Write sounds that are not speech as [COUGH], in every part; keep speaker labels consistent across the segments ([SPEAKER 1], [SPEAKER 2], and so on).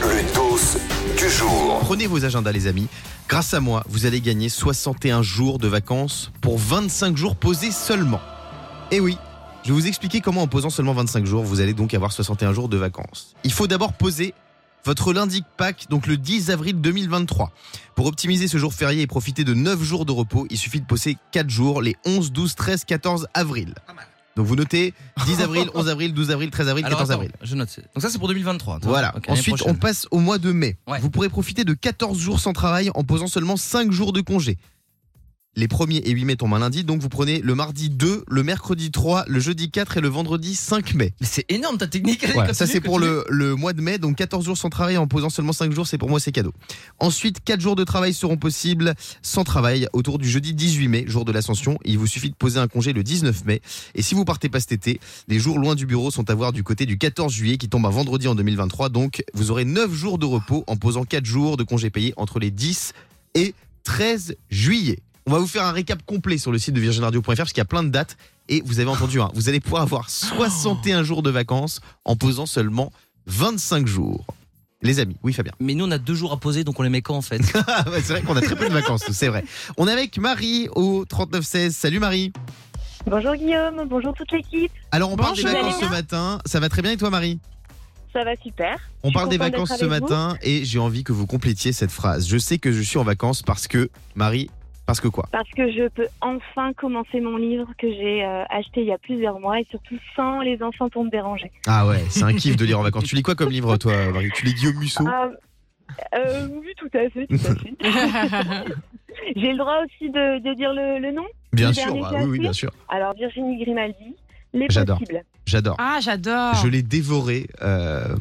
[SPEAKER 1] Le dos du jour.
[SPEAKER 2] Prenez vos agendas les amis. Grâce à moi, vous allez gagner 61 jours de vacances pour 25 jours posés seulement. Et oui, je vais vous expliquer comment en posant seulement 25 jours, vous allez donc avoir 61 jours de vacances. Il faut d'abord poser votre lundi de Pâques, donc le 10 avril 2023. Pour optimiser ce jour férié et profiter de 9 jours de repos, il suffit de poser 4 jours, les 11, 12, 13, 14 avril. Donc vous notez 10 avril, 11 avril, 12 avril, 13 avril,
[SPEAKER 3] Alors,
[SPEAKER 2] 14
[SPEAKER 3] attends,
[SPEAKER 2] avril.
[SPEAKER 3] Je note. c'est- Donc ça, c'est pour 2023. toi.
[SPEAKER 2] Voilà.
[SPEAKER 3] Hein. Ok, l'année
[SPEAKER 2] Ensuite, on
[SPEAKER 3] prochaine.
[SPEAKER 2] passe au mois de mai.
[SPEAKER 3] Ouais.
[SPEAKER 2] Vous pourrez profiter de 14 jours sans travail en posant seulement 5 jours de congé. Les 1er et 8 mai tombent un lundi, donc vous prenez le mardi 2, le mercredi 3, le jeudi 4 et le vendredi 5 mai.
[SPEAKER 3] Mais c'est énorme ta technique. allez,
[SPEAKER 2] Ça
[SPEAKER 3] [LAUGHS] continue,
[SPEAKER 2] c'est pour
[SPEAKER 3] continue.
[SPEAKER 2] le, le mois de mai, donc 14 jours sans travail en posant seulement 5 jours, c'est pour moi c'est cadeau. Ensuite, 4 jours de travail seront possibles sans travail autour du jeudi 18 mai, jour de l'ascension. Il vous suffit de poser un congé le 19 mai. Et si vous partez pas cet été, les jours loin du bureau sont à voir du côté du 14 juillet qui tombe un vendredi en 2023. Donc vous aurez 9 jours de repos en posant 4 jours de congés payés entre les 10 et 13 juillet. On va vous faire un récap complet sur le site de virginradio.fr parce qu'il y a plein de dates. Et vous avez entendu, hein, vous allez pouvoir
[SPEAKER 3] [GASPS]
[SPEAKER 2] avoir 61 jours de vacances en posant seulement 25 jours. Les amis, oui Fabien.
[SPEAKER 3] Mais nous, on a deux jours à poser, donc on les met quand en fait
[SPEAKER 2] Ah ouais, c'est vrai qu'on a très peu de vacances, [LAUGHS] nous, c'est vrai. On est avec Marie au 3916. Salut Marie.
[SPEAKER 4] Bonjour Guillaume, bonjour toute l'équipe.
[SPEAKER 2] Alors on parle des
[SPEAKER 4] Bonjour,
[SPEAKER 2] vacances
[SPEAKER 4] vous
[SPEAKER 2] ce
[SPEAKER 4] allez
[SPEAKER 2] matin. Ça va très bien et toi Marie
[SPEAKER 4] Ça va super.
[SPEAKER 2] On
[SPEAKER 4] suis
[SPEAKER 2] parle des
[SPEAKER 4] contente d'être
[SPEAKER 2] vacances ce
[SPEAKER 4] avec vous.
[SPEAKER 2] matin et j'ai envie que vous complétiez cette phrase. Je sais que je suis en vacances parce que Marie, parce que quoi
[SPEAKER 4] Parce que je peux enfin commencer mon livre que j'ai euh, acheté il y a plusieurs mois et surtout sans les enfants pour me déranger.
[SPEAKER 2] Ah ouais, c'est un kiff de lire en vacances. Tu lis quoi comme livre toi Marie Tu lis Guillaume Musso
[SPEAKER 4] Euh, euh, oui, tout à fait,
[SPEAKER 2] [LAUGHS]
[SPEAKER 4] tout à fait. j'ai le droit aussi de, de dire le, le nom
[SPEAKER 2] Bien
[SPEAKER 4] le
[SPEAKER 2] sûr,
[SPEAKER 4] dernier
[SPEAKER 2] ah
[SPEAKER 4] classé
[SPEAKER 2] oui, oui, bien sûr.
[SPEAKER 4] Alors Virginie Grimaldi, Les
[SPEAKER 2] J'adore.
[SPEAKER 4] Possibles.
[SPEAKER 2] J'adore.
[SPEAKER 5] [LAUGHS] Ah, j'adore.
[SPEAKER 2] Je l'ai dévoré euh,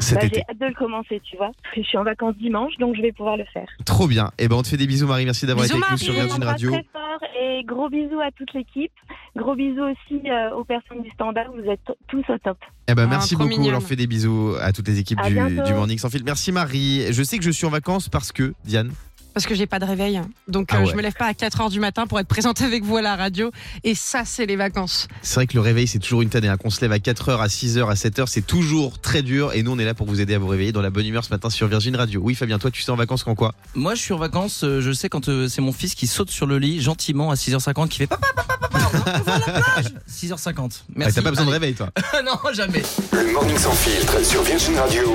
[SPEAKER 2] cet
[SPEAKER 4] Bah,
[SPEAKER 2] été.
[SPEAKER 4] j'ai hâte de le commencer, tu vois. Je suis en vacances dimanche, donc je vais pouvoir le faire.
[SPEAKER 2] Trop bien. Et ben on te fait des bisous Marie, merci d'avoir été
[SPEAKER 5] Bisous,
[SPEAKER 2] avec nous
[SPEAKER 5] Marie.
[SPEAKER 2] sur
[SPEAKER 4] Je vous
[SPEAKER 2] Virgin
[SPEAKER 4] embrasse
[SPEAKER 2] Radio.
[SPEAKER 4] Très fort et gros bisous à toute l'équipe. Gros bisous aussi euh, aux personnes du standard. Vous êtes t- tous au top.
[SPEAKER 2] Eh ben
[SPEAKER 5] Ah,
[SPEAKER 2] merci
[SPEAKER 5] trop
[SPEAKER 2] beaucoup, on
[SPEAKER 5] mignonne.
[SPEAKER 2] leur fait des bisous à toutes les équipes
[SPEAKER 4] À
[SPEAKER 2] du,
[SPEAKER 4] bientôt.
[SPEAKER 2] du Morning sans fil. Merci Marie. Je sais que je suis en vacances parce que Diane.
[SPEAKER 5] Parce que j'ai pas de réveil. Donc
[SPEAKER 2] Ah
[SPEAKER 5] euh,
[SPEAKER 2] ouais.
[SPEAKER 5] je me lève pas à 4 heures du matin pour être présente avec vous à la radio. Et ça, c'est les vacances.
[SPEAKER 2] C'est vrai que le réveil c'est toujours une tannée. hein. Qu'on se lève à 4h, à 6h, à 7h, c'est toujours très dur. Et nous on est là pour vous aider à vous réveiller dans la bonne humeur ce matin sur Virgin Radio. Oui Fabien, toi tu sais en vacances quand quoi
[SPEAKER 3] [LAUGHS] Moi, je suis en vacances. euh, Je sais quand euh, c'est mon fils qui saute sur le lit gentiment à 6h50, qui fait papa, papa, papa, on va à la plage. 6h50.
[SPEAKER 2] Ah,
[SPEAKER 3] Merci.
[SPEAKER 2] T'as pas besoin de réveil toi.
[SPEAKER 3] Allez. [LAUGHS] non, jamais.
[SPEAKER 1] Le morning sans filtre sur Virgin Radio.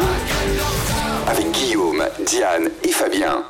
[SPEAKER 1] Avec Guillaume, Diane et Fabien.